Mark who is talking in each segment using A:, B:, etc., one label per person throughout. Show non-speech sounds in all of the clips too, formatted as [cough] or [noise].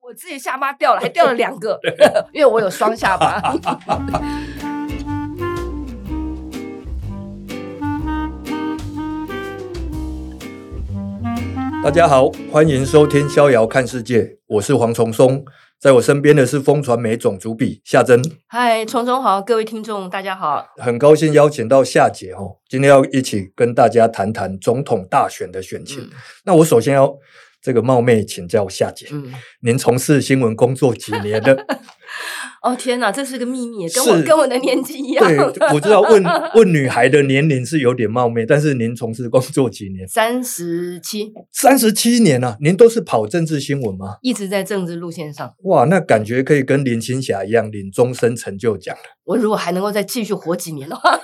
A: 我之前下巴掉了，还掉了两个， [laughs] 因为我有双下巴。 [laughs]
B: 大家好，欢迎收听《逍遥看世界》，我是黄崇松，在我身边的是风传媒总主笔夏珍，
A: 嗨，虫虫好，各位听众大家好。
B: 很高兴邀请到夏姐哦，今天要一起跟大家谈谈总统大选的选情。
A: 嗯
B: 那我首先要这个冒昧请教夏姐，
A: 嗯，
B: 您从事新闻工作几
A: [laughs]
B: 年了？
A: 哦天哪，这是个秘密，跟我
B: 是
A: 跟我的年纪一样。
B: 对，我知道问问女孩的年龄是有点冒昧，但是您从事工作几年？
A: 三十七，
B: 三十七年啊，您都是跑政治新闻吗？
A: 一直在政治路线上。
B: 哇，那感觉可以跟林青霞一样领终身成就奖。
A: 我如果还能够再继续活几年的话，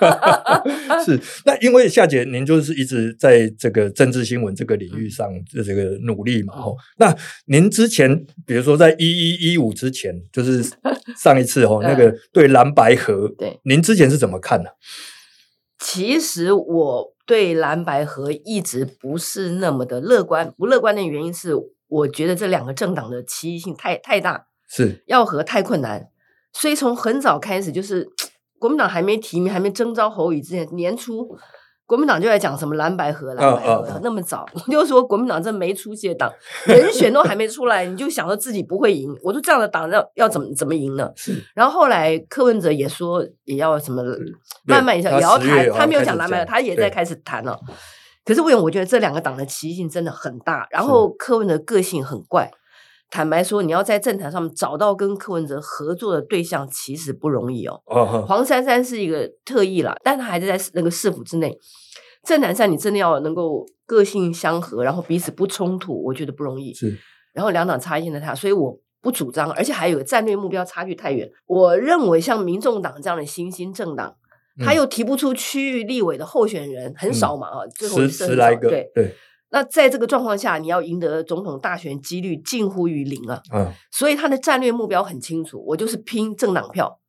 A: [laughs]
B: 是，那因为夏姐您就是一直在这个政治新闻这个领域上
A: 嗯
B: 的这个努力嘛，吼、那您之前比如说在一一一五之前，就是
A: [laughs]
B: 上一次哦，那个对蓝白河，
A: 嗯对，
B: 您之前是怎么看的、
A: 其实我对蓝白河一直不是那么的乐观。不乐观的原因是，我觉得这两个政党的歧义性太太大。
B: 是
A: 要和太困难，所以从很早开始，就是国民党还没提名、还没征召侯乙之前，年初国民党就在讲什么蓝白河、蓝白河，
B: 嗯嗯
A: 那么早，我就说国民党这没出息的党，人选都还没出来，你就想着自己不会赢，我说这样的党要要怎么怎么赢呢？
B: 是，嗯
A: 然后后来柯文哲也说也要什么，慢慢一下
B: 他
A: 也要
B: 10月
A: 谈，
B: 哦
A: 他没有
B: 开始
A: 讲蓝白河，
B: 讲
A: 他也在
B: 对
A: 开始谈了。可是为什么我觉得这两个党的歧义性真的很大？然后柯文哲个性很怪，坦白说，你要在政坛上面找到跟柯文哲合作的对象，其实不容易哦。
B: 哦，哦
A: 黄珊珊是一个特意啦，但她还是在那个市府之内。政坛上，你真的要能够个性相合，然后彼此不冲突，我觉得不容易。
B: 是
A: 然后两党差异性的大，所以我不主张，而且还有个战略目标差距太远。我认为像民众党这样的新兴政党，他
B: 嗯
A: 又提不出区域立委的候选人，很少嘛啊，最后
B: 十
A: 一次
B: 十
A: 很
B: 来
A: 少
B: 个，
A: 对。
B: 对，
A: 那在这个状况下，你要赢得总统大选几率近乎于零啊，
B: 嗯，
A: 所以他的战略目标很清楚，我就是拼政党票。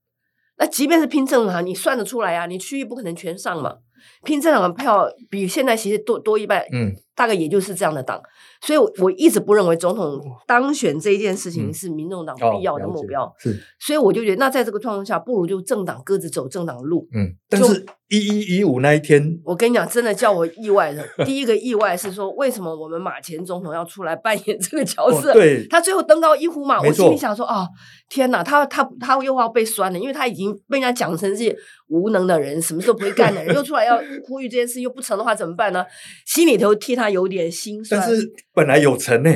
A: 那即便是拼政党，你算得出来啊，你区域不可能全上嘛，拼政党的票比现在其实多多一半，
B: 嗯，
A: 大概也就是这样的党，所以我我一直不认为总统当选这一件事情
B: 哦嗯
A: 是民众党
B: 哦
A: 必要的
B: 了
A: 目
B: 解
A: 标，
B: 是，
A: 所以我就觉得，那在这个状况下，不如就政党各自走政党的路。
B: 嗯，但
A: 就是
B: 一一一五那一天，
A: 我跟你讲，真的叫我意外的。第一个意外是说，为什么我们马前总统要出来扮演这个角
B: 哦
A: 色？
B: 对，
A: 他最后登高一呼嘛，
B: 没
A: 我心里
B: 错
A: 想说啊、天哪，他他他又要被酸了，因为他已经被人家讲成是无能的人，什么事都不会干的人，又出来要呼吁这件事，又不成的话怎么办呢？心里头替他有点心酸。
B: 但是本来有成呢、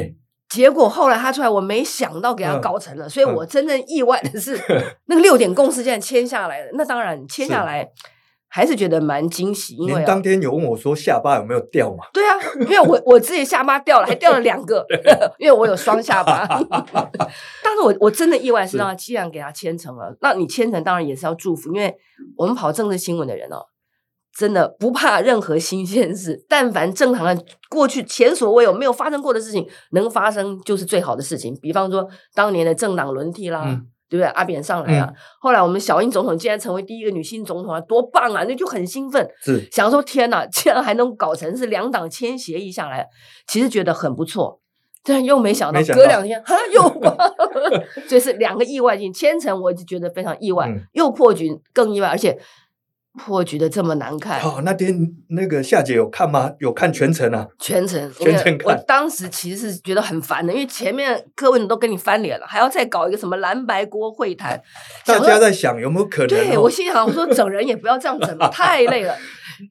A: 结果后来他出来，我没想到给他
B: 嗯
A: 搞成了，所以
B: 嗯
A: 我真正意外的
B: [laughs]
A: 是，那个六点共识竟然签下来了。那当然签下
B: 是
A: 来，还是觉得蛮惊喜，因
B: 您
A: 为、啊
B: 当、天有问我说下巴有没有掉嘛？
A: 对啊，因为我我自己下巴掉了，还掉了两个，因为我有双下巴。 [laughs] 但是我我真的意外是
B: 是
A: 让他既然给他签成了，那你签成当然也是要祝福，因为我们跑政治新闻的人哦。真的不怕任何新鲜事，但凡正常的过去前所未有没有发生过的事情能发生，就是最好的事情。比方说当年的政党轮替啦，
B: 嗯
A: 对不对？阿扁上来了，啊后来我们小英总统竟然成为第一个女性总统啊，多棒啊！那就很兴奋。
B: 是，
A: 想说天哪，竟然还能搞成是两党签协议下来，其实觉得很不错，但又没想到
B: 没想
A: 隔
B: 到
A: 两天哈
B: [laughs]
A: 又所以是两个意外性，千层我就觉得非常意外，
B: 嗯
A: 又破局更意外，而且破局的这么难看，
B: 好、哦那天那个夏姐有看吗？有看全程啊？
A: 全程我
B: 全程
A: 我
B: 看
A: 当时其实是觉得很烦的，因为前面柯文哲都跟你翻脸了，还要再搞一个什么蓝白锅会谈，
B: 大
A: 想
B: 家
A: 说
B: 在想有没有可能、哦？
A: 对我心想，我说整人也不要这样整
B: [laughs]
A: 吧，太累了。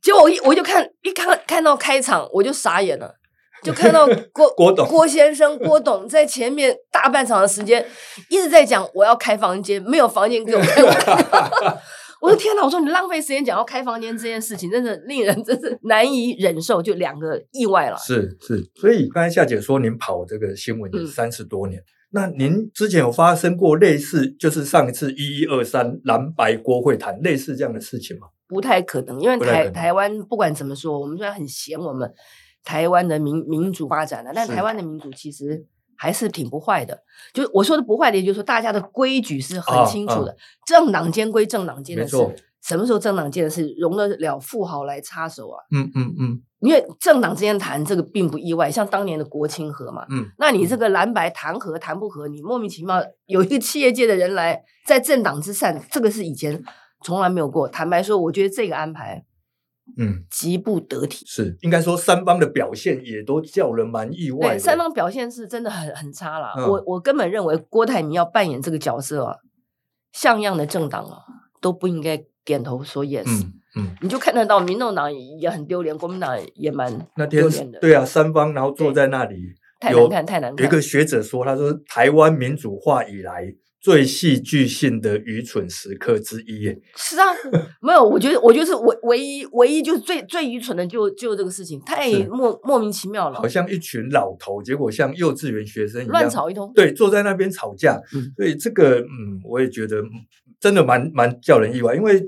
A: 结果我一我就看一看看到开场，我就傻眼
B: [laughs]
A: 了。就看到郭
B: 郭董
A: 郭先生、郭董在前面大半场的时间一直在讲我要开房间，没有房间
B: [laughs]
A: 给我开。 [laughs] 我的天哪！我说你浪费时间讲要开房间这件事情，真的令人真是难以忍受。就两个意外了，
B: 是是，所以刚才夏姐说您跑这个新闻
A: 嗯
B: 也三十多年，那您之前有发生过类似，就是上一次一一二三蓝白锅会谈类似这样的事情吗？
A: 不太可能，因为
B: 不太可
A: 台
B: 能
A: 台湾不管怎么说，我们虽然很嫌我们台湾的民民主发展了，啊但
B: 是
A: 台湾的民主其实还是挺不坏的。就是我说的不坏的，也就是说大家的规矩是很
B: 啊
A: 清楚
B: 啊
A: 的，政党间归政党间
B: 没
A: 的事
B: 错，
A: 什么时候政党间的事容得了富豪来插手啊？
B: 嗯嗯嗯，
A: 因为政党之间谈这个并不意外，像当年的国清和嘛，
B: 嗯，
A: 那你这个蓝白谈和谈不和，你莫名其妙有一个企业界的人来在政党之上，这个是以前从来没有过。坦白说，我觉得这个安排
B: 嗯，
A: 极不得体。
B: 是应该说三方的表现也都叫人蛮意外
A: 对，
B: 的。
A: 三方表现是真的很很差啦。
B: 嗯
A: 我我根本认为郭台铭要扮演这个角色啊，像样的政党啊都不应该点头说 yes。
B: 嗯嗯，
A: 你就看得到，民众党也很丢脸，国民党也蛮
B: 那
A: 丢
B: 天
A: 脸的，
B: 对啊，三方然后坐在那里，
A: 太
B: 有
A: 难看，太难
B: 有一
A: 看。
B: 个学者说，他说台湾民主化以来最戏剧性的愚蠢时刻之一耶。
A: 是啊，没有，我觉得，我就是唯唯一唯一就是最最愚蠢的就，就这个事情，太
B: 是
A: 莫莫名其妙了
B: 好，像一群老头，结果像幼稚园学生一样
A: 乱吵一通。
B: 对，坐在那边吵架。
A: 嗯
B: 所以这个，嗯，我也觉得嗯真的蛮蛮叫人意外，因为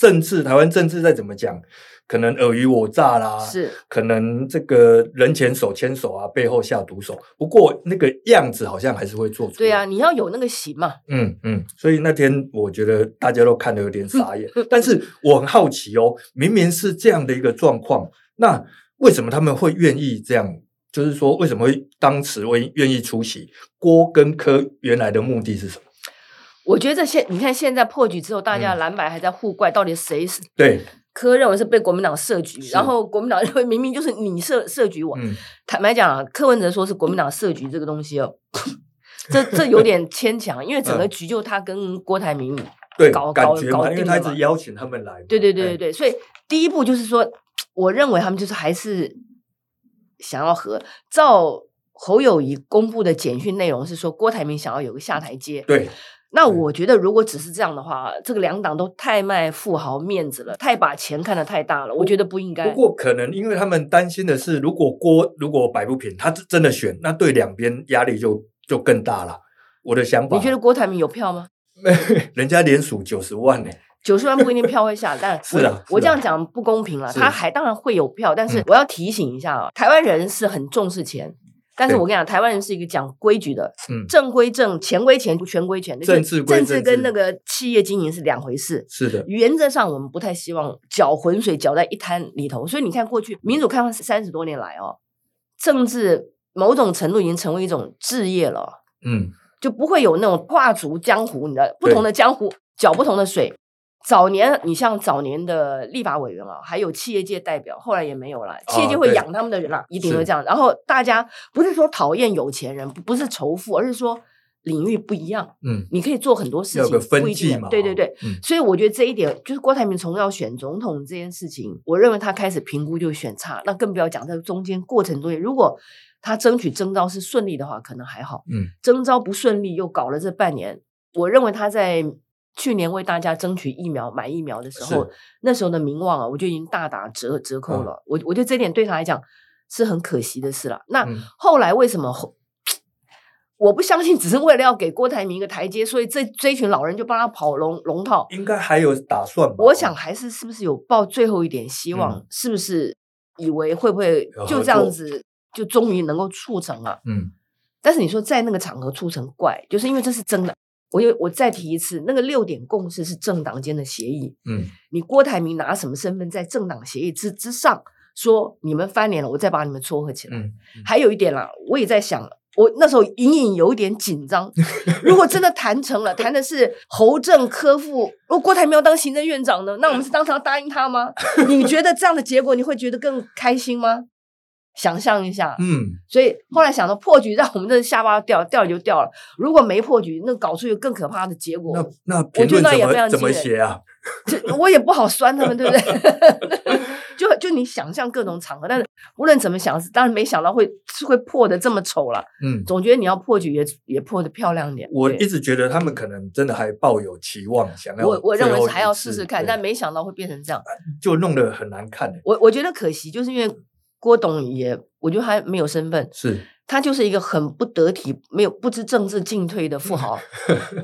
B: 政治台湾政治再怎么讲，可能尔虞我诈啦，
A: 是
B: 可能这个人前手牵手啊，背后下毒手。不过那个样子好像还是会做出来。
A: 对啊，，你要有那个型嘛，
B: 嗯嗯，所以那天我觉得大家都看得有
A: [laughs]
B: 点傻眼，但是我很好奇哦，明明是这样的一个状况，那为什么他们会愿意这样？就是说，为什么会当时会愿意出席？郭跟柯原来的目的是什么？
A: 我觉得这现你看现在破局之后，大家
B: 嗯
A: 蓝白还在互怪，到底谁是
B: 对，
A: 柯认为是被国民党设局，
B: 是
A: 然后国民党认为明明就是你设设局我。
B: 嗯，
A: 坦白讲啊，柯文哲说是国民党设局这个东西哦，这这有点牵强，因为整个
B: 嗯
A: 局就他跟郭台铭。
B: 对，
A: 搞
B: 感
A: 搞
B: 觉
A: 搞
B: 嘛，因为
A: 定
B: 他一
A: 了嘛
B: 直邀请他们来嘛，
A: 对对对
B: 哎
A: 对，对，所以第一步就是说，我认为他们就是还是想要和照侯友谊公布的简讯内容是说，郭台铭想要有个下台阶。
B: 对，
A: 那我觉得，如果只是这样的话，这个两党都太卖富豪面子了，太把钱看得太大了，我觉得不应
B: 不
A: 该。
B: 过可能因为他们担心的是，如果郭如果摆不平，他真真的选，那对两边压力就就更大了。我的想法，
A: 你觉得郭台铭有票吗？
B: 人家连署九十万呢、
A: 九十万不一定票会下，但
B: [laughs] 是啊
A: 我我
B: 是啊
A: 这样讲不公平了。
B: 是
A: 他还当然会有票，但是
B: 嗯
A: 我要提醒一下啊，台湾人是很重视钱，但是
B: 对
A: 我跟你讲，台湾人是一个讲规矩的，
B: 嗯，
A: 正归正，钱归钱，权归权，就是
B: 政治归
A: 政
B: 政
A: 治
B: 治
A: 跟那个企业经营是两回事。
B: 是的，
A: 原则上，我们不太希望搅浑水搅在一滩里头，所以你看，过去民主开放三十多年来哦，政治某种程度已经成为一种置业了哦，
B: 嗯，
A: 就不会有那种跨足江湖，你知道，不同的江湖搅不同的水。早年，你像早年的立法委员啊，还有企业界代表，后来也没有了。企业界会
B: 对
A: 养他们的人啊，一定
B: 是
A: 会这样。然后大家不是说讨厌有钱人，不不是仇富，而是说领域不一样，
B: 嗯，
A: 你可以做很多事
B: 要有
A: 情，
B: 个
A: 不
B: 分
A: 一定
B: 际
A: 的
B: 嘛，
A: 对对对。
B: 嗯，
A: 所以我觉得这一点，就是郭台铭从要选总统这件事情，我认为他开始评估就选差，那更不要讲在中间过程中间，如果他争取征召是顺利的话，可能还好。
B: 嗯，
A: 征召不顺利，又搞了这半年，我认为他在去年为大家争取疫苗、买疫苗的时候
B: 是，嗯
A: 那时候的名望啊，我觉得已经大打折折扣了。我我觉得这点对他来讲是很可惜的事了。那、
B: 嗯
A: 后来为什么后？我不相信，只是为了要给郭台铭一个台阶，所以这这一群老人就帮他跑龙龙套。
B: 应该还有打算吧？
A: 我想还是是不是有抱最后一点希望，
B: 哦嗯
A: 是不是以为会不会
B: 有合
A: 就这样
B: 作
A: 子就终于能够促成啊？
B: 嗯，
A: 但是你说在那个场合促成怪，就是因为这是真的。我又我再提一次，那个六点共识是政党间的协议，
B: 嗯
A: 你郭台铭拿什么身份在政党协议之之上说你们翻脸了，我再把你们撮合起来。
B: 嗯
A: 还有一点啦，我也在想，我那时候隐隐有点紧张。如果真的谈成了，谈的是侯正科副，如果郭台铭要当行政院长呢，那我们是当场答应他吗？你觉得这样的结果，你会觉得更开心吗？想象一下，
B: 嗯，
A: 所以后来想到破局，让我们的下巴掉，掉了就掉了。如果没破局，那搞出一个更可怕的结果。
B: 那那
A: 觉得
B: 评论
A: 那
B: 怎
A: 也非常
B: 么怎么
A: 惊人
B: 写啊？
A: 这我也不好酸他们，对不对？ [laughs] 就就你想象各种场合，但是无论怎么想，当然没想到会是会破的这么丑了。
B: 嗯，
A: 总觉得你要破局也也破的漂亮点。
B: 我
A: 对
B: 一直觉得他们可能真的还抱有期望，想要
A: 我我认为
B: 最后
A: 是
B: 一
A: 还要
B: 次
A: 试试看，
B: 对
A: 但没想到会变成这样。
B: 就弄得很难看欸
A: 我我觉得可惜，就是因为郭董也，我觉得还没有身份，
B: 是
A: 他就是一个很不得体、没有不知政治进退的富
B: [laughs]
A: 豪。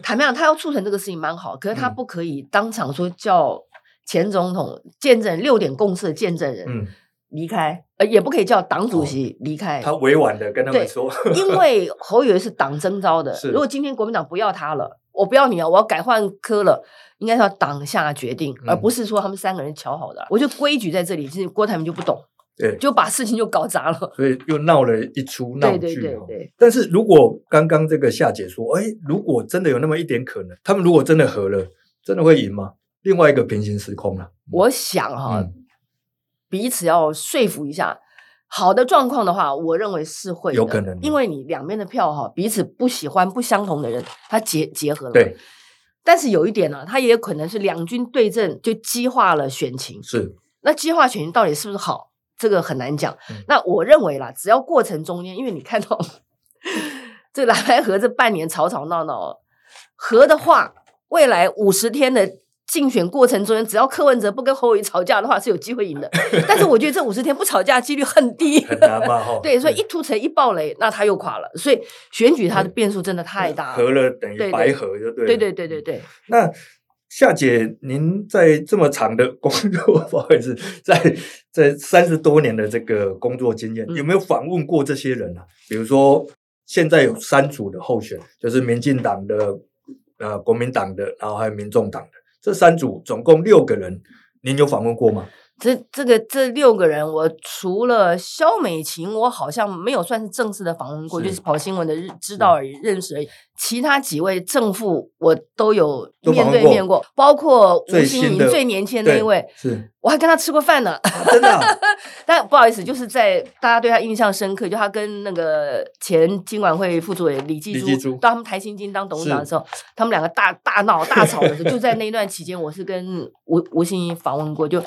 A: 坦白讲，他要促成这个事情蛮好，可是他
B: 嗯
A: 不可以当场说叫前总统见证六点共识的见证人。
B: 嗯，哦
A: 离开，呃，也不可以叫党主席离开，
B: 他委婉的跟他们
A: 对
B: 说， [laughs]
A: 因为侯友宜是党征召的。
B: 是
A: 如果今天国民党不要他了，我不要你了，我要改换科了，应该是要党下决定，
B: 嗯
A: 啊而不是说他们三个人瞧好的。我觉得规矩在这里，就是郭台铭就不懂，
B: 对，
A: 就把事情就搞砸了。
B: 所以又闹了一出闹
A: 对对
B: 剧
A: 对
B: 哦。
A: 对，
B: 但是如果刚刚这个夏姐说，哎，如果真的有那么一点可能，他们如果真的和了，真的会赢吗？另外一个平行时空啊了、
A: 我想哈、
B: 嗯
A: 彼此要说服一下。好的状况的话，我认为是会的
B: 有可能
A: 因为你两边的票哈，彼此不喜欢、不相同的人，他结结合了。
B: 对，
A: 但是有一点呢、它也有可能是两军对阵，就激化了选情。
B: 是
A: 那激化选情到底是不是好，这个很难讲。
B: 嗯
A: 那我认为啦，只要过程中间，因为你看到 [laughs] 这蓝白河这半年吵吵闹闹，和的话，未来五十天的。竞选过程中间，只要柯文哲不跟侯友宜吵架的话，是有机会
B: [laughs]
A: 赢的。但是我觉得这五十天不吵架的几率很低。
B: 很哦难嘛，哈。
A: 对，所以一突成一暴雷，那他又垮了。所以选举它的变数真的太大
B: 和
A: 了。
B: 了等于
A: 对对
B: 白合，就对了。嗯
A: 对对对对对。
B: 那夏姐，您在这么长的工作， [laughs] 不好意思，在在三十多年的这个工作经验，
A: 嗯
B: 有没有访问过这些人啊？比如说，现在有三组的候选，就是民进党的、呃国民党的，然后还有民众党的，这三组总共六个人，您有访问过吗？
A: 这这个这六个人，我除了肖美琴，我好像没有算是正式的访问过，
B: 是
A: 就是跑新闻的日
B: 嗯
A: 知道而已，认识而已。其他几位正副我都有
B: 都访
A: 面
B: 问
A: 对
B: 过
A: 面过，包括吴
B: 最
A: 欣
B: 新
A: 颖
B: 的
A: 最年轻的那一
B: 对
A: 位，
B: 是、
A: 我还跟他吃过饭呢。
B: 啊真的啊、 [laughs]
A: 但不好意思，就是在大家对他印象深刻，就他跟那个前金管会副主委李继
B: 李继
A: 珠
B: 珠
A: 到他们台新金当董事长的
B: 是
A: 时候，他们两个大大闹大吵的时候，就在那一段期间，我是跟吴吴欣怡访问过，就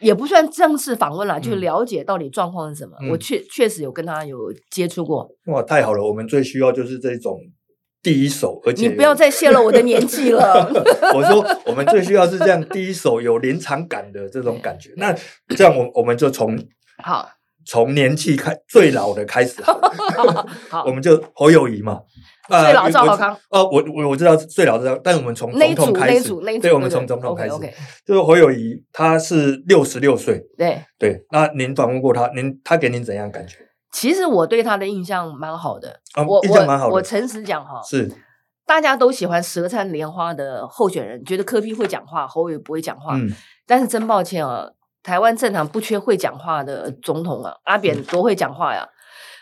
A: 也不算正式访问了，就
B: 嗯
A: 了解到底状况是什么。
B: 嗯
A: 我确确实有跟他有接触过，
B: 哇，太好了，我们最需要就是这种第一手，而且
A: 你不要
B: 有
A: 再泄露我的年纪了。
B: [laughs] 我说我们最需要是这样第一手有临场感的这种感觉。那这样我我们就从
A: 好
B: 从年纪开最老的开始好了，
A: [laughs] 好
B: 我，们就侯友谊嘛。呃
A: 最老赵
B: 我
A: 浩康
B: 哦，我我我知道最老赵，但我们从
A: 那一
B: 总
A: 组
B: 统
A: 那
B: 开
A: 一
B: 始
A: 组那一，组，
B: 对，我们从总统开始，
A: OK，
B: 就是侯友谊，他是六十六岁，
A: 对。
B: 对。那您访问过他，您他给您怎样感觉？
A: 其实我对他的印象蛮好的，
B: 啊
A: 我，
B: 印象蛮好
A: 我我
B: 的，
A: 诚实讲哈，
B: 是
A: 大家都喜欢舌灿莲花的候选人，觉得柯 P 会讲话，侯友宜不会讲话。
B: 嗯，
A: 但是真抱歉啊，台湾政坛不缺会讲话的总统啊，阿
B: 嗯
A: 扁多会讲话呀、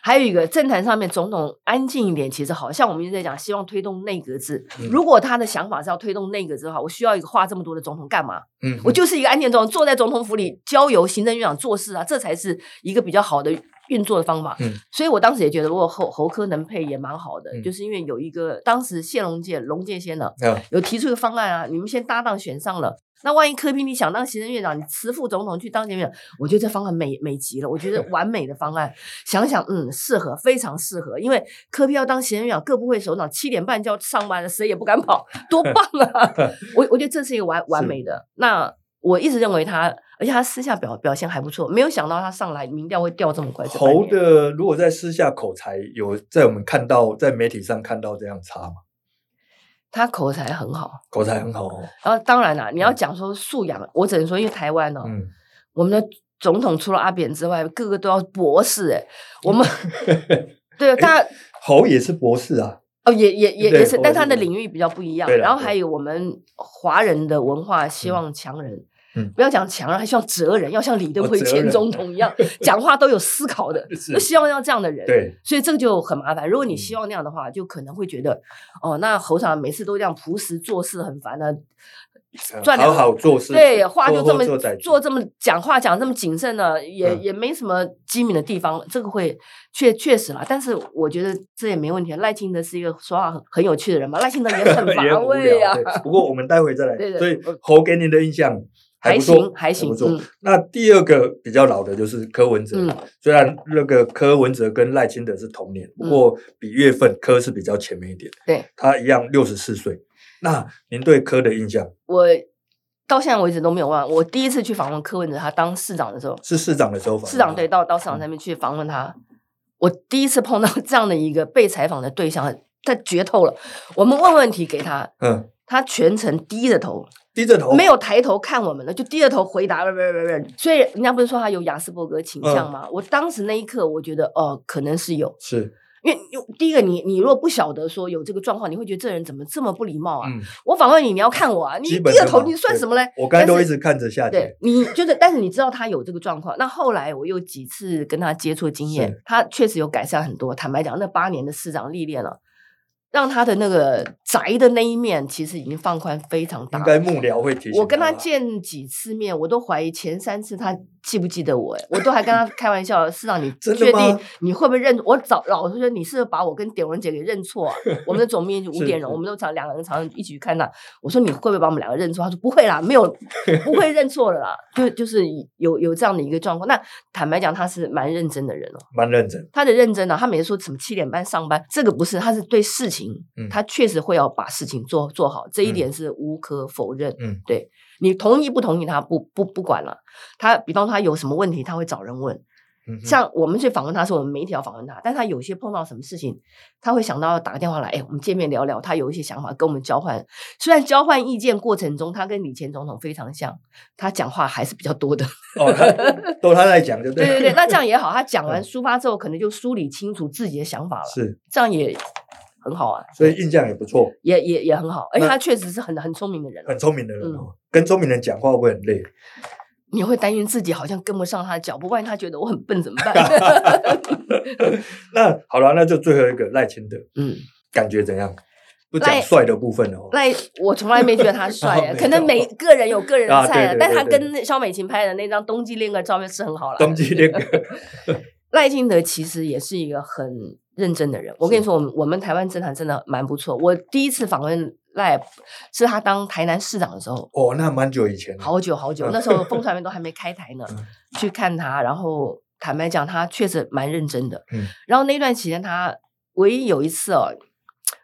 A: 还有一个政坛上面，总统安静一点，其实好像我们一直在讲，希望推动内阁制。
B: 嗯
A: 如果他的想法是要推动内阁制的话，我需要一个话这么多的总统干嘛？
B: 嗯，
A: 我就是一个安静总统，坐在总统府里交由行政院长做事啊，这才是一个比较好的运作的方法。
B: 嗯
A: 所以我当时也觉得，如果侯侯科能配也蛮好的，
B: 嗯
A: 就是因为有一个当时谢龙介龙介先呢、
B: 啊
A: 有提出一个方案啊，你们先搭档选上了。那万一柯比你想当行政院长，你辞副总统去当行政院长，我觉得这方案美美极了，我觉得完美的方案。想想，嗯，适合，非常适合，因为柯比要当行政院长，各部会首长七点半就要上班了，谁也不敢跑，多棒啊！我我觉得这是一个完完美的。那我一直认为他，而且他私下表表现还不错，没有想到他上来民调会掉这么快。这半
B: 侯
A: 年
B: 的如果在私下口才有在我们看到在媒体上看到这样差吗？
A: 他口才很好，
B: 口才很好哦，
A: 然后当然啦、你要讲说素养，我只能说，因为台湾呢、哦
B: 嗯，
A: 我们的总统除了阿扁之外，个个都要博士哎、我们
B: 嗯 [laughs]
A: 对大家
B: 侯也是博士啊，
A: 哦也也也
B: 对
A: 也是，
B: 我
A: 但
B: 也
A: 他
B: 是
A: 的
B: 这样
A: 领域比较不一样。
B: 对啦
A: 然后
B: 对
A: 还有我们华人的文化，希望强人。
B: 嗯
A: 不要讲强人，还希望哲人，要像李登
B: 哦
A: 辉
B: 哲
A: 前
B: 人
A: 总统一
B: [laughs]
A: 样，讲话都有思考的，
B: 是
A: 就希望要这样的人。
B: 对，
A: 所以这个就很麻烦。如果你
B: 嗯
A: 希望那样的话，就可能会觉得，哦，那侯厂每次都这样朴实做事很烦啊，赚
B: 好
A: 两
B: 好做事，
A: 对，话就
B: 做
A: 这
B: 后
A: 么
B: 做宰
A: 做这么讲话讲这么谨慎呢，也、
B: 嗯
A: 也没什么机敏的地方，这个会确确实啦。但是我觉得这也没问题。啊赖清德是一个说话很很有趣的人嘛，赖清德也很
B: [laughs] 也
A: 乏
B: 很无
A: 味
B: 聊。
A: 啊，
B: 对不过我们待会再
A: [laughs]
B: 来
A: 对。对
B: 所以侯给您的印象还不错
A: 行还行
B: 不错
A: 嗯。
B: 那第二个比较老的就是柯文哲
A: 嗯，
B: 虽然那个柯文哲跟赖清德是同年，不过比月份柯是比较前面一点，
A: 对
B: 他一样六十四岁。那您对柯的印象
A: 我。到现在为止都没有忘。我第一次去访问柯文哲，他当市长的时候，
B: 是市长的时候访问嗯
A: 市长对
B: 吗，
A: 到到市长那边去访问他，我第一次碰到这样的一个被采访的对象，他绝透了。我们问问题给他，
B: 嗯，
A: 他全程低着头，
B: 低着头
A: 没有抬头看我们的，就低着头回答，不不不不。所以
B: 嗯
A: 人家不是说他有雅斯伯格倾向吗？我当时那一刻，我觉得哦，可能是有，
B: 是
A: 因为你第一个你你如果不晓得说有这个状况，你会觉得这人怎么这么不礼貌啊？
B: 嗯，
A: 我反问你，你要看我啊？你
B: 基
A: 低
B: 本
A: 着
B: 的
A: 头，
B: 嘛
A: 你算
B: 对
A: 什么嘞？
B: 我刚才
A: 但
B: 都
A: 是
B: 一直看着夏
A: 对
B: 姐，
A: 你就是，但是你知道他有这个状况。那后来我又几次跟他接触经验
B: 是，
A: 他确实有改善很多。坦白讲，那八年的市长历练了、让他的那个宅的那一面其实已经放宽非常大了。
B: 应该幕僚会提醒
A: 我跟他
B: 吧
A: 见几次面，我都怀疑前三次他记不记得我，哎，我都还跟他开玩笑，市长你
B: 真的
A: 确定
B: 吗
A: 你会不会认？我早老是说你是不是把我跟典荣姐给认错啊、我们的总
B: [laughs]
A: 编辑吴
B: 是
A: 典荣，
B: 是
A: 我们都常两个人常一起去看他，我说你会不会把我们两个认错？他说不会啦，没有不会认错了啦，就就是有有这样的一个状况。那坦白讲，他是蛮认真的人哦。
B: 蛮认真，
A: 他的认真呢、他每次说什么七点半上班，这个不是，他是对事情，
B: 嗯
A: 他确实会要把事情做做好，这一
B: 嗯
A: 点是无可否认。
B: 嗯，
A: 对你同意不同意他不不不管了。他比方说他有什么问题，他会找人问。
B: 嗯哼
A: 像我们去访问他，是我们媒体要访问他，但他有些碰到什么事情，他会想到打个电话来，哎，我们见面聊聊。他有一些想法跟我们交换，虽然交换意见过程中，他跟李前总统非常像，他讲话还是比较多的。 [laughs]
B: 哦，他都他在讲就
A: 对
B: 了
A: 对对，那这样也好，他讲完
B: 嗯
A: 抒发之后，可能就梳理清楚自己的想法了，
B: [laughs] 是，
A: 这样也很好啊，
B: 所以印象也不错，
A: 也也也很好。而且
B: 那
A: 他确实是很很聪明的人啊，
B: 很聪明的人哦。跟聪明人讲话会不会很累？
A: 你会担心自己好像跟不上他的脚步，万一他觉得我很笨怎么
B: [laughs]
A: 办？
B: 那好了，那就最后一个赖清德，
A: 嗯，
B: 感觉怎样？不讲
A: 赖
B: 帅的部分了哦，
A: 那我从来没觉得他帅
B: 没
A: 啊，
B: [laughs] 有
A: 可能每个人有个人的
B: 啊
A: 菜啊
B: 对对对
A: 但他
B: 对
A: 跟肖美琴拍的那张冬季恋歌照片是很好了。
B: 冬季那个
A: 赖清德其实也是一个很认真的人。我跟你说，我们我们台湾政坛真的蛮不错。我第一次访问赖，是他当台南市长的时候，
B: 哦，那蛮久以前了，
A: 好久好久，那时候风传媒都还没开台呢
B: 嗯，
A: 去看他，然后坦白讲，他确实蛮认真的。
B: 嗯
A: 然后那段期间，他唯一有一次哦，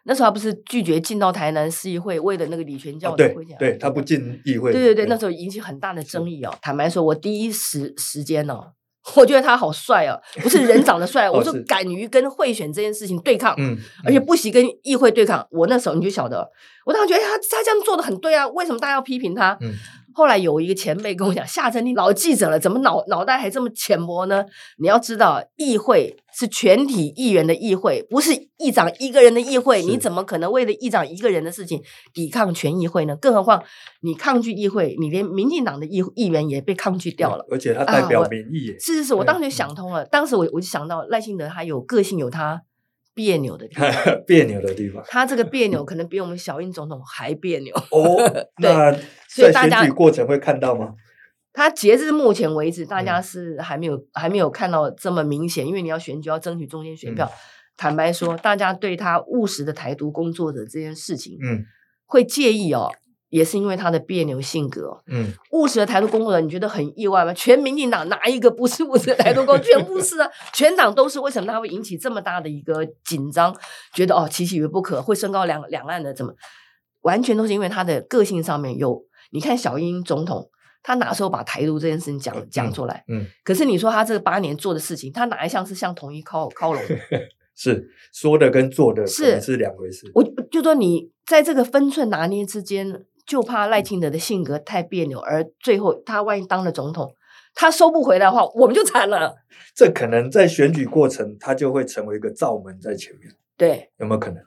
A: 那时候他不是拒绝进到台南市议会，为了那个李全教
B: 哦，
A: 的
B: 对
A: 会讲、
B: 对，他不进议会，
A: 对对对，那时候引起很大的争议哦。坦白说，我第一时时间哦， [laughs] 我觉得他好帅哦，不是人长得帅，我
B: [laughs] 哦
A: 说
B: 是
A: 敢于跟贿选这件事情对抗，
B: 嗯，
A: 而且
B: 嗯
A: 不惜跟议会对抗。我那时候你就晓得，我当时觉得哎他他这样做的很对啊，为什么大家要批评他？
B: 嗯
A: 后来有一个前辈跟我讲，夏振立老记者了，怎么脑脑袋还这么浅薄呢？你要知道，议会是全体议员的议会，不是议长一个人的议会，
B: 是
A: 你怎么可能为了议长一个人的事情抵抗全议会呢？更何况你抗拒议会，你连民进党的议议员也被抗拒掉了。
B: 而且他代
A: 啊
B: 表
A: 我
B: 民意耶， [laughs]
A: 是是是，我
B: 对嗯
A: 当时就想通了，当时我我就想到赖清德他有个性，有他别扭的地方。
B: 别扭的地方
A: 他这个别扭可能比我们小英总统还别扭。 [laughs]。
B: 哦
A: 对
B: 那
A: 所
B: 在
A: 以大家
B: 选举过程会看到吗？
A: 他截至目前为止，大家是还没有、还没有看到这么明显，因为你要选举要争取中间选票。坦白说，大家对他务实的台独工作者这件事情、
B: 嗯
A: 会介意哦，也是因为他的别扭性格、哦。
B: 嗯，
A: 务实的台独工作者，你觉得很意外吗？全民进党哪一个不是务实的台独工作？全部是啊，全党都是。为什么他会引起这么大的一个紧张？觉得哦，其其于不可，会升高两两岸的怎么？完全都是因为他的个性上面有。你看小英总统，他哪时候把台独这件事情讲
B: 嗯
A: 讲出来？
B: 嗯，
A: 可是你说他这八年做的事情，他哪一项是向统一靠靠拢的？
B: 是说的跟做的可能
A: 是
B: 是两回事。
A: 我就说你在这个分寸拿捏之间，就怕赖清德的性格太别扭，而最后他万一当了总统，他收不回来的话，我们就惨了。
B: 这可能在选举过程，他就会成为一个罩门在前面，
A: 对，
B: 有没有可能？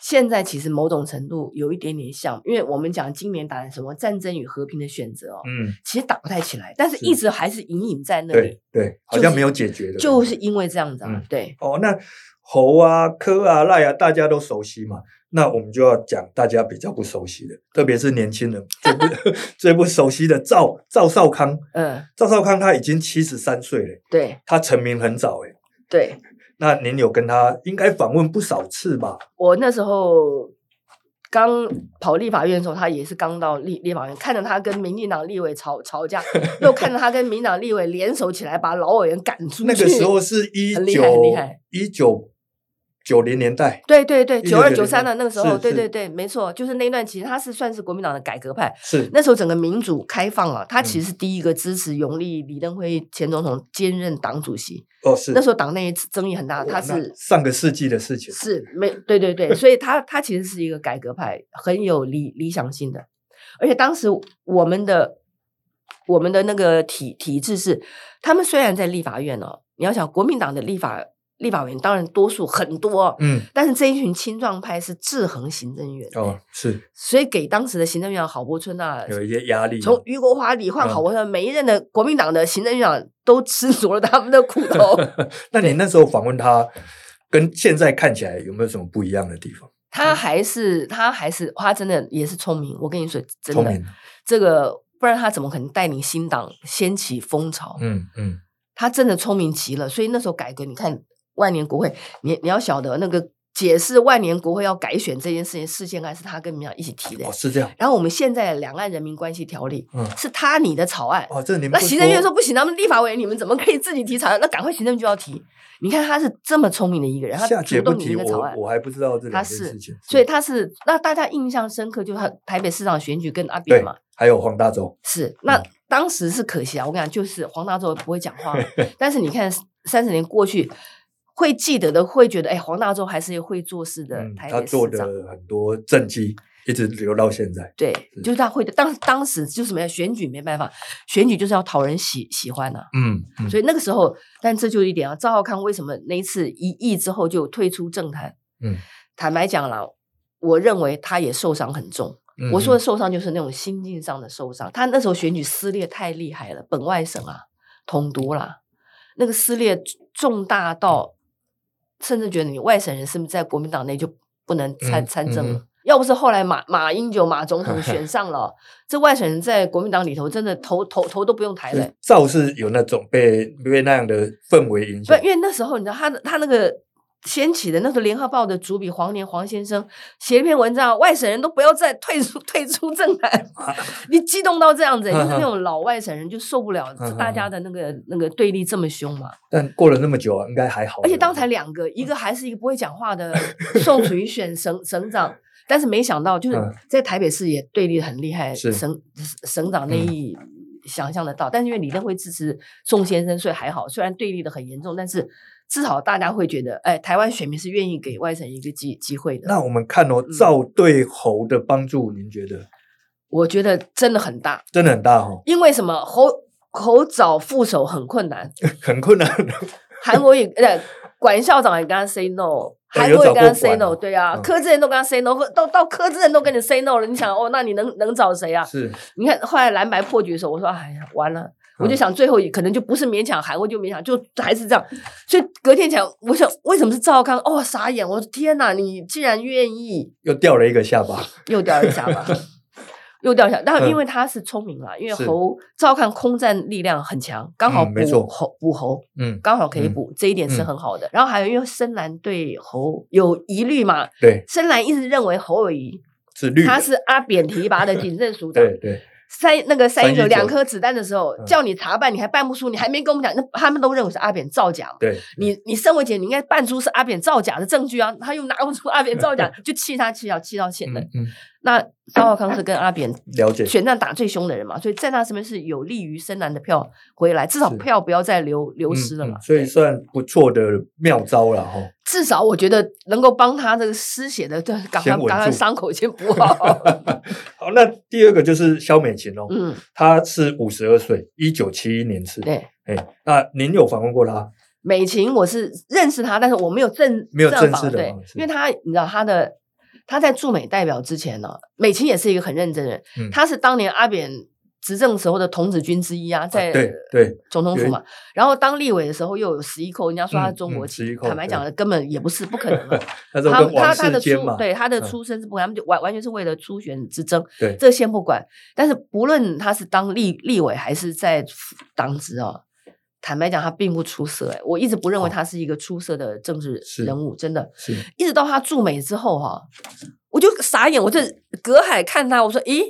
A: 现在其实某种程度有一点点像，因为我们讲今年打的什么战争与和平的选择哦，
B: 嗯，
A: 其实打不太起来，但是
B: 是
A: 一直还是隐隐在那里
B: 对，对，好
A: 就是
B: 像没有解决的感觉，
A: 就是因为这样子啊，
B: 嗯
A: 对，
B: 哦，那侯啊、柯啊、赖啊，大家都熟悉嘛。那我们就要讲大家比较不熟悉的，特别是年轻人最不
A: [laughs]
B: 最不熟悉的赵赵少康。
A: 嗯，
B: 赵少康他已经七十三岁了，
A: 对
B: 他成名很早诶。
A: 对，
B: 那您有跟他应该访问不少次吧？
A: 我那时候刚跑立法院的时候，他也是刚到立立法院，看着他跟民进党立委吵吵架，又看着他跟民进党立委联手起来把老委员赶出去。
B: [laughs] 那个时候是一
A: 很厉
B: 九
A: 害很厉害
B: 一九九零年代，
A: 对对对，
B: 1992
A: 九二九三的那个时候，
B: 是
A: 对
B: 是
A: 对对，没错，就是那段期间，他是算是国民党的改革派。
B: 是
A: 那时候整个民主开放了、他其实是
B: 嗯
A: 第一个支持永利李登辉前总统兼任党主席。
B: 哦是
A: 那时候党内争议很大，
B: 哇
A: 他
B: 那
A: 是
B: 上个世纪的事情，
A: 是没对对对，所以他他其实是一个改革派，很有理理想性的。而且当时我们的我们的那个体体制是，他们虽然在立法院哦，你要想国民党的立法立法委员当然多数很多，
B: 嗯，
A: 但是这一群青壮派是制衡行政院的，
B: 哦，是
A: 所以给当时的行政院长郝柏村啊，
B: 有一嗯些压力，
A: 从余国华、李焕、郝柏村每一任的国民党的行政院长都 [laughs] 吃足了他们的苦头。
B: [laughs] 那你那时候访问他，跟现在看起来有没有什么不一样的地方？
A: 他还是他还是他真的也是聪明，我跟你说真
B: 聪
A: 的，
B: 明，
A: 这个不然他怎么可能带领新党掀起风潮？
B: 嗯嗯，
A: 他真的聪明极了，所以那时候改革，你看万年国会，你你要晓得那个解释万年国会要改选这件事情，事件案是他跟民党一起提的
B: 哦，。是这样，
A: [laughs] 然后我们现在的两岸人民关系条例
B: 嗯，
A: 是他拟的草案，
B: 哦，这你们
A: 那
B: 不
A: 行政院说不行，他们立法委员你们怎么可以自己提草案？那赶快行政就要提。你看他是这么聪明的一个人，他
B: 下
A: 主
B: 节不
A: 动拟
B: 提
A: 一个草
B: 我
A: 案，，
B: 我还不知道这两
A: 他
B: 件
A: 是
B: 事情，
A: 所以他是那大家印象深刻就是他台北市长选举跟阿扁
B: 对嗯
A: 嘛，，
B: 还有黄大洲，
A: 是那当时是可惜啊，我跟你讲，就是黄大洲不会讲
B: [laughs]
A: 话，但是你看三十年过去，会记得的会觉得，哎，黄大洲还是一个会做事的
B: 嗯，
A: 台
B: 他
A: 北市
B: 做
A: 长。
B: 的很多政绩一直留到现在，
A: 对，
B: 是
A: 就是他会的。当当时就是什么呀？选举没办法，选举就是要讨人喜喜欢呐、
B: 嗯，嗯
A: 所以那个时候，但这就一点啊，赵浩康为什么那一次一役之后就退出政坛？
B: 嗯，
A: 坦白讲啦，我认为他也受伤很重。
B: 嗯
A: 我说的受伤就是那种心境上的受伤。他那时候选举撕裂太厉害了，本外省啊，统独啦，那个撕裂重大到，甚至觉得你外省人是不是在国民党内就不能参
B: 嗯
A: 参政了？
B: 嗯
A: 要不是后来马马英九
B: [laughs]
A: 马总统选上了，这外省人在国民党里头真的头头头都不用抬了。
B: 赵是有那种被被那样的氛围影
A: 不
B: 响，，
A: 因为那时候你知道他的他那个掀起的那个《联合报》的主笔黄年黄先生写了一篇文章，外省人都不要再退出退出政坛，你激动到这样子，哎就是那种老外省人就受不了
B: 嗯
A: 大家的那个那个对立这么凶嘛。
B: 但过了那么久啊，应该还好。
A: 而且刚才两个，一
B: 嗯
A: 个还是一个不会讲话的宋楚瑜选省省长。但是没想到，就是
B: 嗯
A: 在台北市也对立得很厉害，
B: 是嗯
A: 省省长那一想象得到。但是因为李登辉支持宋先生，所以还好。虽然对立的很严重，但是至少大家会觉得，哎，台湾选民是愿意给外省一个机机会的。
B: 那我们看
A: 嗯
B: 哦，赵对侯的帮助，您觉得
A: 我觉得真的很大，
B: 真的很大哦，
A: 因为什么？侯侯找副手很困难，
B: 很困难。
A: 韩国也呃，管校长也跟他 say no，
B: [laughs] 哎
A: 韩国也跟
B: 有
A: 他
B: 找过
A: say
B: 管
A: no，
B: 哦
A: 对啊，
B: 嗯
A: 柯志恩都跟他 say no，到到柯志恩都跟你 say no 了，你想哦，那你能能找谁 [laughs] 啊？
B: 是，
A: 你看后来蓝白破局的时候，我说哎呀完
B: 嗯
A: 了，我就想最后可能就不是勉强韩国就勉强，就还是这样。所以隔天起来，我想为什么是赵康？哦，傻眼！我说天哪，你竟然愿意
B: 又掉了一个下巴。
A: 又掉一下
B: [laughs]
A: 吧。又掉一下，但
B: 嗯
A: 因为他是聪明啦，因为
B: 是
A: 侯赵康空战力量很强，刚好
B: 嗯没错
A: 补侯补侯，
B: 嗯，
A: 刚好可以
B: 嗯
A: 补，这一点是很好的。然后还有，因为深蓝对侯有疑虑嘛，
B: 对，
A: 深蓝一直认为侯友谊
B: 是绿的。
A: 他是阿扁提拔的警政署长，
B: 对对，
A: 塞那个塞一
B: 三一
A: 九
B: 九
A: 两颗子弹的时候，
B: 嗯
A: 叫你查办，你还办不出，你还没跟我们讲，那他们都认为是阿扁造假嘛。
B: 对，
A: 你你身为姐，你应该办出是阿扁造假的证据啊！他又拿不出阿扁
B: [laughs]
A: 造假，就气他气到气到现在。
B: 嗯嗯，
A: 那赵浩康是跟阿
B: [laughs]
A: 扁
B: 了解。
A: 选战打最凶的人嘛，所以在他身边是有利于深蓝的票回来，至少
B: 是
A: 票不要再流流失了
B: 嗯
A: 嘛。
B: 嗯所以
A: 对
B: 算不错的妙招了哈。
A: 至少我觉得能够帮他这个失血的，对，赶快
B: 先稳
A: 赶快
B: 住
A: 伤口先补
B: [laughs]
A: 好。
B: 好，那第二个就是萧美琴哦，
A: 嗯，
B: 她是五十二岁，一九七一年次。
A: 对，
B: 哎，那您有访问过她？啊
A: 美琴我是认识她，但是我没有正
B: 没有
A: 正
B: 正
A: 访
B: 式的
A: 对
B: 访，是
A: 因为她你知道她的她在驻美代表之前呢、美琴也是一个很认真的人，
B: 嗯
A: 她是当年阿扁执政时候的童子军之一啊，在、
B: 对对，
A: 总统府嘛，然后当立委的时候又有十一扣，人家说他
B: 嗯
A: 中国
B: 嗯
A: 籍，
B: 11扣
A: 坦白讲，根本也不是不可能啊的。
B: 那时
A: 他
B: 候
A: 们
B: 跟
A: 他
B: 王
A: 他的
B: 世坚
A: 出
B: 嘛，
A: 对他的
B: 嗯
A: 出身是不可能，他们就完完全是为了初选之争，
B: 对
A: 这先不管。但是不论他是当立立委还是在党职哦，坦白讲，他并不出色、哎，我一直不认为
B: 哦
A: 他是一个出色的政治
B: 是
A: 人物，真的。
B: 是
A: 一直到他驻美之后哈、我就傻眼，我就隔海看他，我说，咦，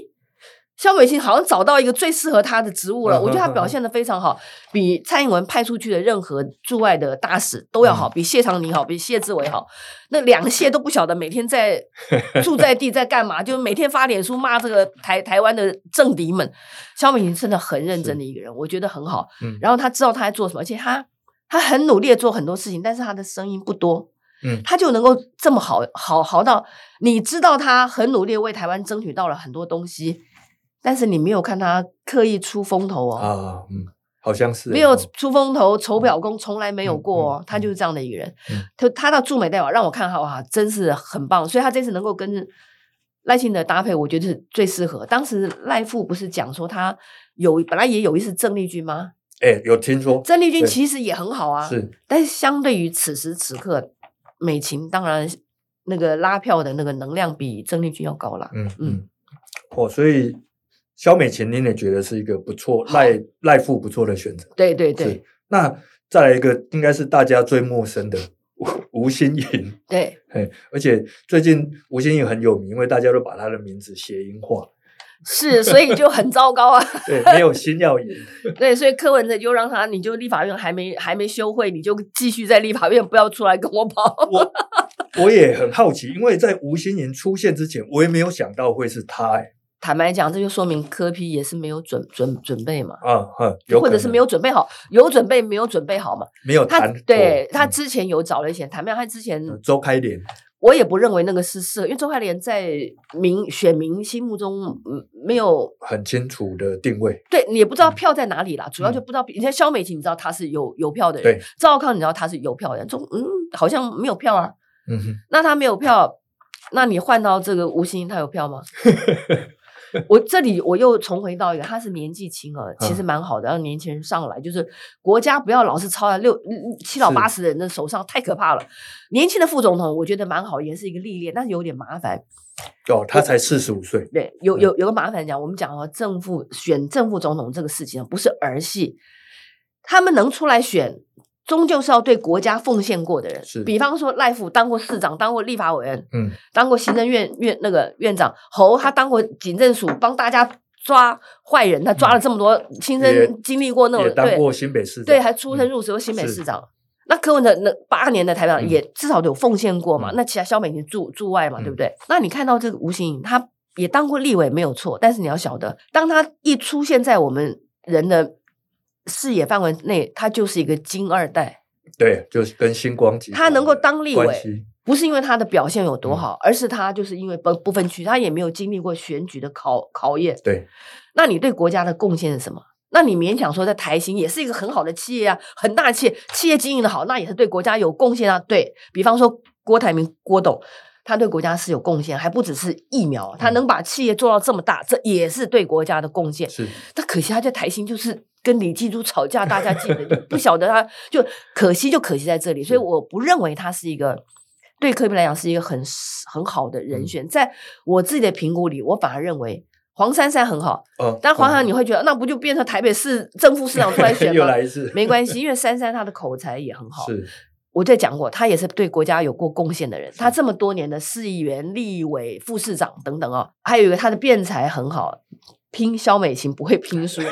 A: 肖美琴好像找到一个最适合他的职务了。
B: 嗯哼
A: 我觉得他
B: 嗯哼
A: 表现的非常好，比蔡英文派出去的任何驻外的大使都
B: 嗯
A: 要好，比谢长廷好，比谢志伟好。那两谢都不晓得每天
B: [laughs]
A: 在住在地在干嘛，就是每天发脸书骂这个台台湾的政敌们。肖美琴真的很认真的一个人，我觉得很好。
B: 嗯
A: 然后他知道他在做什么，而且他他很努力的做很多事情，但是他的声音不多。
B: 嗯
A: 他就能够这么好好好到，你知道他很努力为台湾争取到了很多东西，但是你没有看他刻意出风头哦。
B: 啊，嗯，好像是
A: 没有
B: 哦
A: 出风头、丑表公，从来没有过、哦
B: 嗯嗯
A: 他就是这样的一个人
B: 嗯。
A: 他、他到驻美代表让我看好啊，真是很棒。所以他这次能够跟赖清德搭配，我觉得是最适合。当时赖副不是讲说他有本来也有一次郑丽君吗？
B: 哎，有听说
A: 郑丽君
B: 对
A: 其实也很好啊，
B: 是
A: 但是相对于此时此刻，美琴当然那个拉票的那个能量比郑丽君要高啦。
B: 嗯
A: 嗯
B: 嗯，哦，所以肖美琴，您也觉得是一个不错
A: 好
B: 赖赖富不错的选择。
A: 对对
B: 是
A: 对，
B: 那再来一个，应该是大家最陌生的吴吴欣颖，
A: 对，
B: 嘿，而且最近吴欣颖很有名，因为大家都把她的名字谐音化，
A: 是，所以就很糟糕啊。
B: [laughs] 对，没有新耀颖，
A: 对，所以柯文哲就让他，你就立法院还没还没休会，你就继续在立法院，不要出来跟我跑。 [laughs]
B: 我我也很好奇，因为在吴欣颖出现之前，我也没有想到会是她、哎
A: 坦白讲，这就说明柯批也是没有准准准备嘛，
B: 啊哈，有
A: 或
B: 可
A: 者是
B: 能
A: 没有准备好，有准备没有准备好嘛。
B: 没有
A: 他
B: 谈过，
A: 对他
B: 嗯
A: 之前有找了一些，坦白讲，他之前
B: 周开莲，
A: 我也不认为那个是适合，因为周汉莲在民选民心目中嗯没有。
B: 很清楚的定位，
A: 对你也不知道票在哪里啦，主要就不知道。你看肖美琴，你知道她是有有票的人
B: 对；
A: 赵少康，你知道他是有票的人。中嗯，好像没有票啊。
B: 嗯哼，
A: 那他没有票，那你换到这个吴欣怡，他有票吗？我这里我又重回到一个，他是年纪轻啊，其实蛮好的，让年轻人上来，就是国家不要老是操在六嗯七老八十的人的手上，太可怕了。年轻的副总统我觉得蛮好，也是一个历练，但是有点麻烦。
B: 哦，她才四十五岁，
A: 对，有有有个麻烦讲，我们讲哦，正副选正副总统这个事情啊不是儿戏，他们能出来选，终究是要对国家奉献过的人
B: 是。
A: 比方说赖府当过市长，当过立法委员，
B: 嗯，
A: 当过行政院院那个院长，侯他当过警政署，帮大家抓坏人，他抓了这么多，亲
B: 嗯也
A: 身经历过那
B: 也
A: 种
B: 当
A: 对
B: 过新北市长，
A: 对，还出生
B: 嗯
A: 入死过新北
B: 是
A: 市长。那柯文哲那八年的台长
B: 嗯
A: 也至少有奉献过嘛，
B: 嗯
A: 那其他萧美琴驻驻外嘛，
B: 嗯
A: 对不对？那你看到这个吴欣颖，她也当过立委没有错，但是你要晓得，当她一出现在我们人的视野范围内，她就是一个金二代。
B: 对，就是跟星光集团
A: 他能够
B: 的
A: 当立
B: 关
A: 委
B: 系
A: 不是因为她的表现有
B: 嗯
A: 多好，而是她就是因为不不分区，她也没有经历过选举的考考验，
B: 对，
A: 那你对国家的贡献是什么？那你勉强说在台新也是一个很好的企业啊，很大的企业，企业经营的好，那也是对国家有贡献啊。对比方说郭台铭郭董，他对国家是有贡献，还不只是疫苗，啊他能把企业做到这么大，这也是对国家的贡献。
B: 是
A: 但可惜他在台新就是跟李继珠吵架，大家记得就不晓得他就可惜就可惜在这里，所以
B: 是
A: 我不认为他是一个对科比来讲是一个很很好的人选。在我自己的评估里，我反而认为黄珊珊很好，
B: 哦，
A: 但黄
B: 哦
A: 涵你会觉得那不就变成台北市正副市长出来选
B: [laughs] 又
A: 吗？
B: 来一次，
A: [laughs] 没关系，因为珊珊她的口才也很好。
B: 是
A: 我在讲过，她也是对国家有过贡献的人。她这么多年的市议员、立委、副市长等等哦，还有一个她的辩才很好，拼肖美琴不会拼
B: [laughs]
A: 输，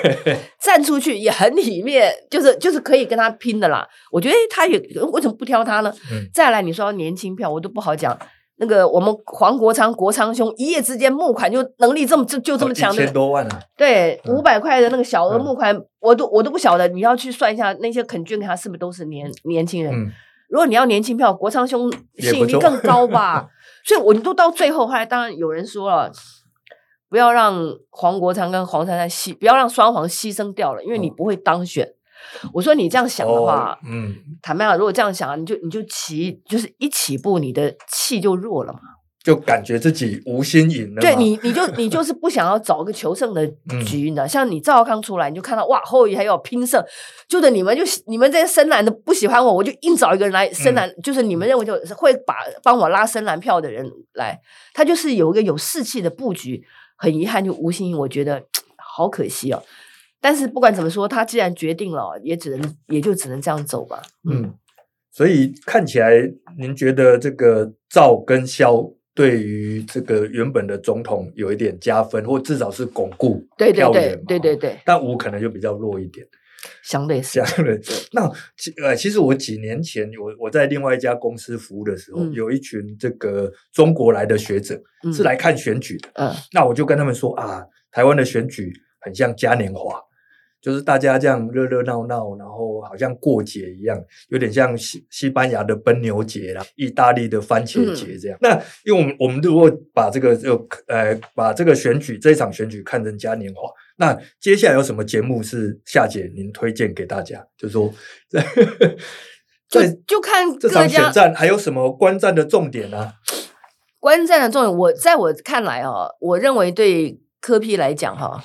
A: 站出去也很体面，就是就是可以跟她拼的啦。我觉得诶她也为什么不挑她呢？
B: 嗯
A: 再来你说年轻票，我都不好讲。那个我们黄国昌、国昌兄一夜之间募款就能力这么就就这么强
B: 哦一
A: 的人
B: 千多万啊，
A: 对，
B: 嗯
A: 五百块的那个小额
B: 嗯
A: 募款，我都我都不晓得，你要去算一下那些肯捐给他是不是都是年年轻人。
B: 嗯，
A: 如果你要年轻票，国昌兄
B: 也
A: 吸引
B: 不
A: 力
B: 错
A: 更
B: [laughs]
A: 高吧。所以我都到最后，后来当然有人说了，不要让黄国昌跟黄珊珊牺，不要让双黄牺牲掉了，因为你
B: 嗯
A: 不会当选。我说你这样想的话
B: 哦，嗯，
A: 坦白讲，如果这样想啊，你就你就起就是一起步，你的气就弱了嘛。
B: 就感觉自己无心赢了嘛，
A: 对你，你就你就是不想要找个求
B: [laughs]
A: 胜的
B: 嗯
A: 局，你知道？像你赵少康出来，你就看到哇，后羿还有拼胜，就等你们就喜你们这些深蓝的不喜欢我，我就硬找一个人来深蓝，
B: 嗯
A: 就是你们认为就是会把帮我拉深蓝票的人来，他就是有一个有士气的布局。很遗憾，就吴欣颖，我觉得好可惜哦。但是不管怎么说，他既然决定了，也只能也就只能这样走吧。嗯，
B: 嗯，所以看起来您觉得这个赵跟萧对于这个原本的总统有一点加分，或至少是巩固
A: 对对
B: 票源
A: 对
B: 嘛啊
A: 对对，对，
B: 但吴可能就比较弱一点。
A: 相对是
B: 这样的。那其呃，其实我几年前，我我在另外一家公司服务的时候，
A: 嗯
B: 有一群这个中国来的学者
A: 嗯
B: 是来看选举的。
A: 嗯
B: 那我就跟他们说啊，台湾的选举很像嘉年华，就是大家这样热热闹闹，然后好像过节一样，有点像西西班牙的奔牛节啦，意大利的番
A: 嗯
B: 茄节这样。那呃因为我们我们如果把这个就呃把这个选举这一场选举看成嘉年华，那接下来有什么节目是夏姐您推荐给大家？就是说，在
A: 就
B: [laughs] 在
A: 就看
B: 这
A: 各
B: 场选
A: 家
B: 战还有什么观战的重点啊？
A: 观战的重点。我在我看来啊，我认为对科批来讲哈、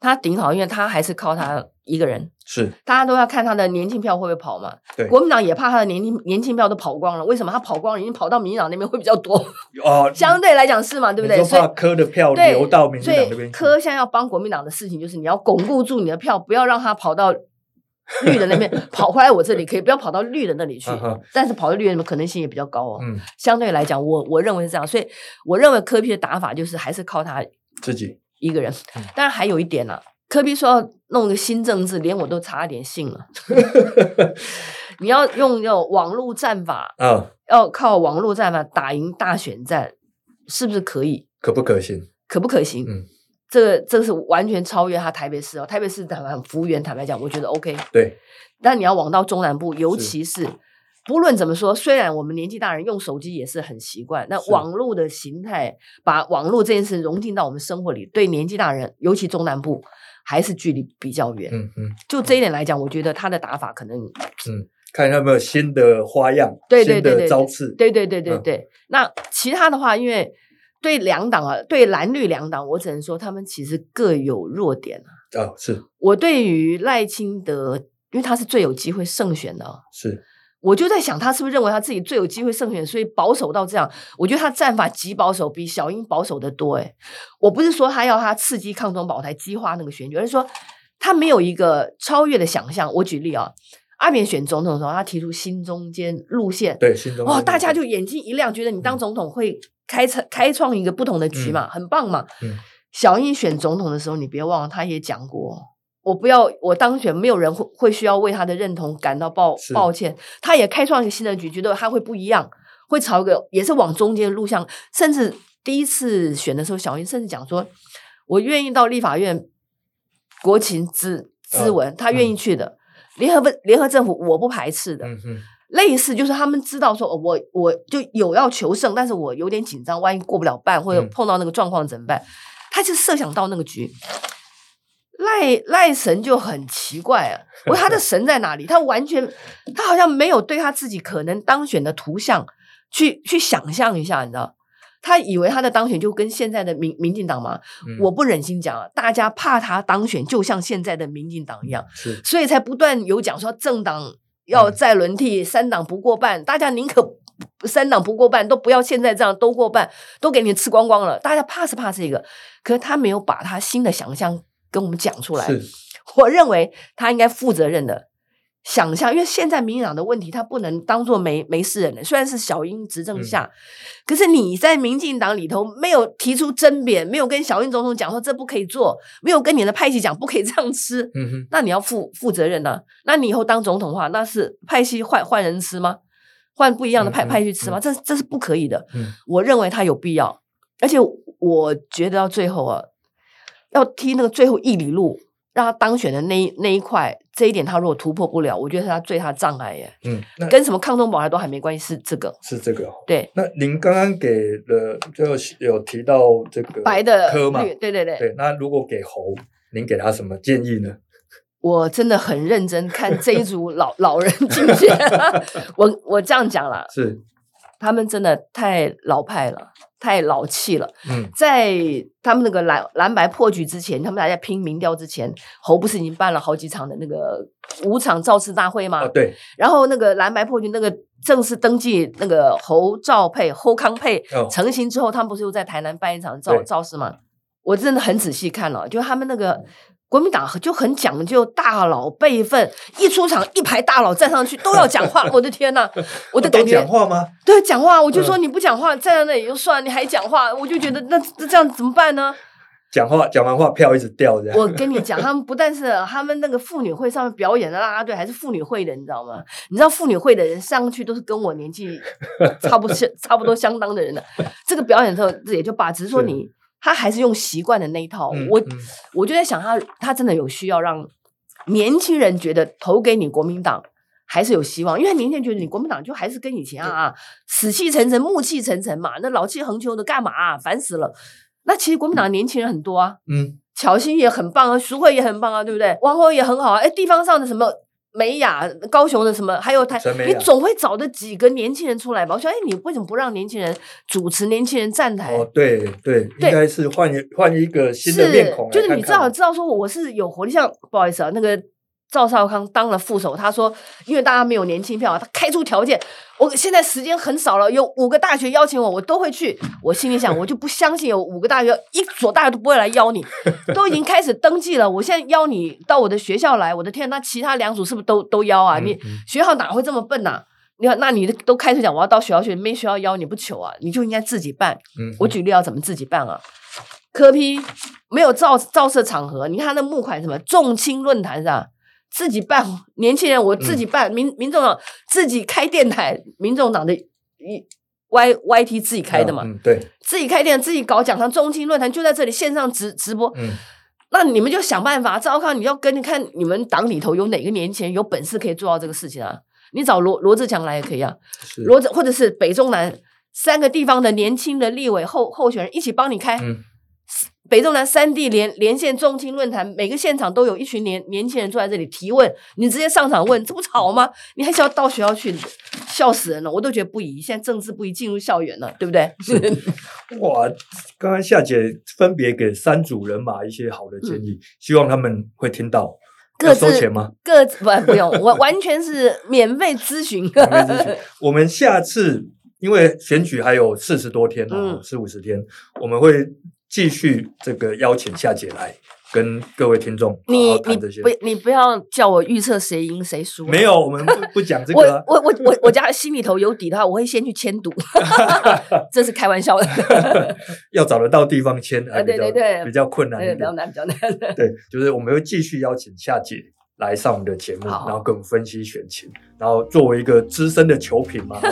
A: 他顶好，因为他还是靠他一个人，
B: 是
A: 大家都要看他的年轻票会不会跑嘛。
B: 对
A: 国民党也怕他的年轻年轻票都跑光了，为什么他跑光了，已经跑到民进党那边会比较多？ [laughs]
B: 哦，
A: 相对来讲是嘛，对不
B: 你
A: 对？
B: 说
A: 所以
B: 怕柯的票
A: 对，
B: 流到民进
A: 所
B: 党
A: 以
B: 那边去，
A: 柯现在要帮国民党的事情就是你要巩固住你的票，不要让他跑到绿的那
B: [laughs]
A: 边，跑回来我这里可以，不要跑到绿的那里去
B: 嗯哼。
A: 但是跑到绿的那边可能性也比较高哦。
B: 嗯
A: 相对来讲，我我认为是这样，所以我认为柯批的打法就是还是靠他
B: 自己
A: 一个人
B: 嗯。
A: 当然还有一点呢、科比说要弄一个新政治，连我都差点信了。 [laughs] 你要用那种网络战法，
B: 啊，
A: 要靠网络战法打赢大选战，是不是可以？
B: 可不可行？
A: 可不可行？
B: 嗯
A: 这个这个是完全超越他台北市哦。台北市坦白服务员坦白讲，我觉得 OK。
B: 对，
A: 但你要往到中南部，尤
B: 是
A: 其是不论怎么说，虽然我们年纪大人用手机也是很习惯，那
B: 是
A: 网络的形态把网络这件事融进到我们生活里，对年纪大人，尤其中南部还是距离比较远。
B: 嗯嗯
A: 就这一点来讲，我觉得他的打法可能，
B: 嗯，看有没有新的花样，
A: 对对对
B: 新
A: 对
B: 的招式，
A: 对对对对
B: 嗯
A: 对。那其他的话，因为对两党啊，对蓝绿两党，我只能说他们其实各有弱点啊。
B: 啊，是
A: 我对于赖清德，因为他是最有机会胜选的哦、
B: 是，
A: 我就在想，他是不是认为他自己最有机会胜选，所以保守到这样？我觉得他战法极保守，比小英保守的多。诶，我不是说他要他刺激抗中保台、激化那个选举，而是说他没有一个超越的想象。我举例啊，阿扁选总统的时候，他提出新中间路线，
B: 对，新中
A: 哦，
B: 间
A: 大家
B: 那个
A: 就眼睛一亮，觉得你
B: 嗯
A: 当总统会开创开创一个不同的局嘛，很棒嘛。
B: 嗯
A: 小英选总统的时候，你别忘了，他也讲过，我不要我当选，没有人会会需要为他的认同感到抱
B: 是
A: 抱歉。他也开创一个新的局，觉得他会不一样，会朝一个也是往中间的路向，甚至第一次选的时候，小英甚至讲说，我愿意到立法院国情咨咨
B: 嗯
A: 文，他愿意去的。联合不联合政府，我不排斥的。
B: 嗯嗯
A: 类似就是他们知道说，哦我我就有要求胜，但是我有点紧张，万一过不了半或者
B: 嗯
A: 碰到那个状况怎么办？他就设想到那个局，赖赖神就很奇怪
B: [laughs]
A: 啊，我说他的神在哪里？他完全他好像没有对他自己可能当选的图像去去想象一下，你知道？他以为他的当选就跟现在的民民进党嘛，
B: 嗯，
A: 我不忍心讲啊，大家怕他当选，就像现在的民进党一样。
B: 是
A: 所以才不断有讲说政党要再轮替，三党不过半，大家宁可三党不过半，都不要现在这样都过半，都给你吃光光了。大家怕是怕这个，可是他没有把他新的想象跟我们讲出来。
B: 是
A: 我认为他应该负责任的想象，因为现在民进党的问题，他不能当做没没事人了。虽然是小英执政下，可是你在民进党里头没有提出争辩，没有跟小英总统讲说这不可以做，没有跟你的派系讲不可以这样吃，
B: 嗯哼
A: 那你要负负责任呐、那你以后当总统的话，那是派系换换人吃吗？换不一样的派
B: 嗯嗯
A: 派去吃吗？这这是不可以的。
B: 嗯
A: 我认为他有必要，而且我觉得到最后啊，要踢那个最后一里路，让他当选的那一那一块，这一点他如果突破不了，我觉得是他最大的障碍耶，
B: 嗯，那
A: 跟什么抗中保台都还没关系，是这个
B: 是这个哦。
A: 对
B: 那您刚刚给了就是有提到这个
A: 白的
B: 科嘛？
A: 绿，对对对，
B: 对，那如果给猴，您给他什么建议呢？
A: 我真的很认真看这一组老 [laughs] 老人进去，
B: [laughs]
A: 我我这样讲啦，
B: 是，
A: 他们真的太老派了，太老气了。
B: 嗯，
A: 在他们那个蓝蓝白破局之前，他们还在拼民调之前，侯不是已经办了好几场的那个五场造势大会吗？
B: 哦，对，
A: 然后那个蓝白破局那个正式登记那个侯兆配、侯康配
B: 哦
A: 成型之后，他们不是又在台南办一场造
B: 对
A: 造势吗？我真的很仔细看了，就他们那个国民党就很讲究大佬辈分，一出场一排大佬站上去都要讲
B: [laughs]
A: 话，我的天呐，我的
B: 都
A: 感觉
B: 讲话吗？
A: 对，讲话，我就说
B: 嗯
A: 你不讲话，站在那里就算，你还讲话，我就觉得那那这样怎么办
B: [laughs]
A: 呢？
B: 讲话讲完话票一直掉这样。
A: 我跟你讲，他们不但是他们那个妇女会上面表演的啦啦队，还是妇女会的，你知道
B: [laughs]
A: 吗？你知道妇女会的人上去都是跟我年纪差不多 [laughs] 差不多相当的人的，这个表演的时候这也就罢，只是说
B: 是
A: 你他还是用习惯的那一套，
B: 嗯
A: 我
B: 嗯
A: 我就在想他，他真的有需要让年轻人觉得投给你国民党还是有希望，因为年轻人觉得你国民党就还是跟以前啊啊死气沉沉、暮气沉沉嘛，那老气横秋的干嘛、啊？烦死了！那其实国民党年轻人很多啊，
B: 嗯，
A: 乔欣也很棒啊，淑慧也很棒啊，对不对？王后也很好啊，哎，地方上的什么美雅、高雄的什么，还有台
B: 陈，美
A: 你
B: 雅
A: 总会找的几个年轻人出来吧？我想，哎，你为什么不让年轻人主持，年轻人站台？
B: 哦，对对，应该是换一换一个新的面孔来看看，
A: 就是你至少知道说我是有活力，像不好意思啊，那个赵少康当了副手，他说因为大家没有年轻票啊，他开出条件，我现在时间很少了，有五个大学邀请我，我都会去。我心里想，我就不相信有五个大学一所大学都不会来邀
B: [laughs]
A: 你，都已经开始登记了，我现在邀你到我的学校来，我的天，那其他两组是不是都都邀啊？
B: 嗯
A: 你
B: 嗯
A: 学校哪会这么笨呐、你看，那你都开始讲我要到学校去，没学校邀你不求啊，你就应该自己办。
B: 嗯，
A: 我举例要怎么自己办啊？科批没有照照射场合，你看他那募款什么众青论坛上自己办，年轻人我自
B: 嗯
A: 己办，民民众党自己开电台，民众党的一 Y Y T 自己开的嘛，
B: 嗯，对，
A: 自己开店自己搞讲堂，中青论坛就在这里线上直直播，
B: 嗯
A: 那你们就想办法，赵康，你要跟看你们党里头有哪个年轻人有本事可以做到这个事情啊？你找罗罗志强来也可以啊，
B: 是，
A: 罗志或者是北中南三个地方的年轻的立委候候选人一起帮你开。
B: 嗯
A: 北中南三地连连线中青论坛，每个现场都有一群年年轻人坐在这里提问，你直接上场问，这不吵吗？你还是要到学校去，笑死人了！我都觉得不宜，现在政治不宜进入校园了，对不对？
B: 哇，刚刚夏姐分别给三组人马一些好的建议，希望他们会听到。
A: 嗯各
B: 要收
A: 自
B: 钱吗？
A: 各自不不用，我完全是免费咨询。
B: 免费咨询我们下次因为选举还有四十多天啊
A: 嗯，
B: 四五十天，我们会继续这个邀请夏姐来跟各位听众好
A: [laughs] 你
B: 好
A: 你
B: 谈这些。
A: 不你不要叫我预测谁赢谁输，
B: 没有，我们不不讲这
A: 我
B: 个啊。
A: 我我我我家心里头有底的话，我会先去签赌，这是开玩笑的， [laughs]
B: 要找得到地方签，还
A: 啊对
B: 比较
A: 对对
B: 比较困难
A: 对
B: 一
A: 比较
B: 点。
A: 难比较难。
B: 对，就是我们会继续邀请夏姐来上我们的节目，
A: 好
B: 然后跟我们分析选情，然后作为一个资深的球评嘛。
A: [laughs]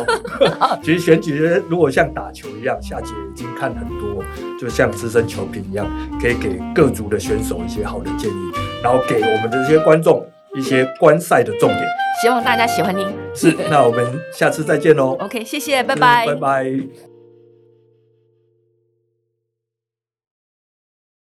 B: 哦其实选举如果像打球一样，夏姐已经看很多，就像资深球评一样，可以给各族的选手一些好的建议，然后给我们的这些观众一些观赛的重点。
A: [laughs] 希望大家喜欢您。
B: 是，那我们下次再见喽。
A: OK，谢谢，拜拜。
B: 嗯拜拜。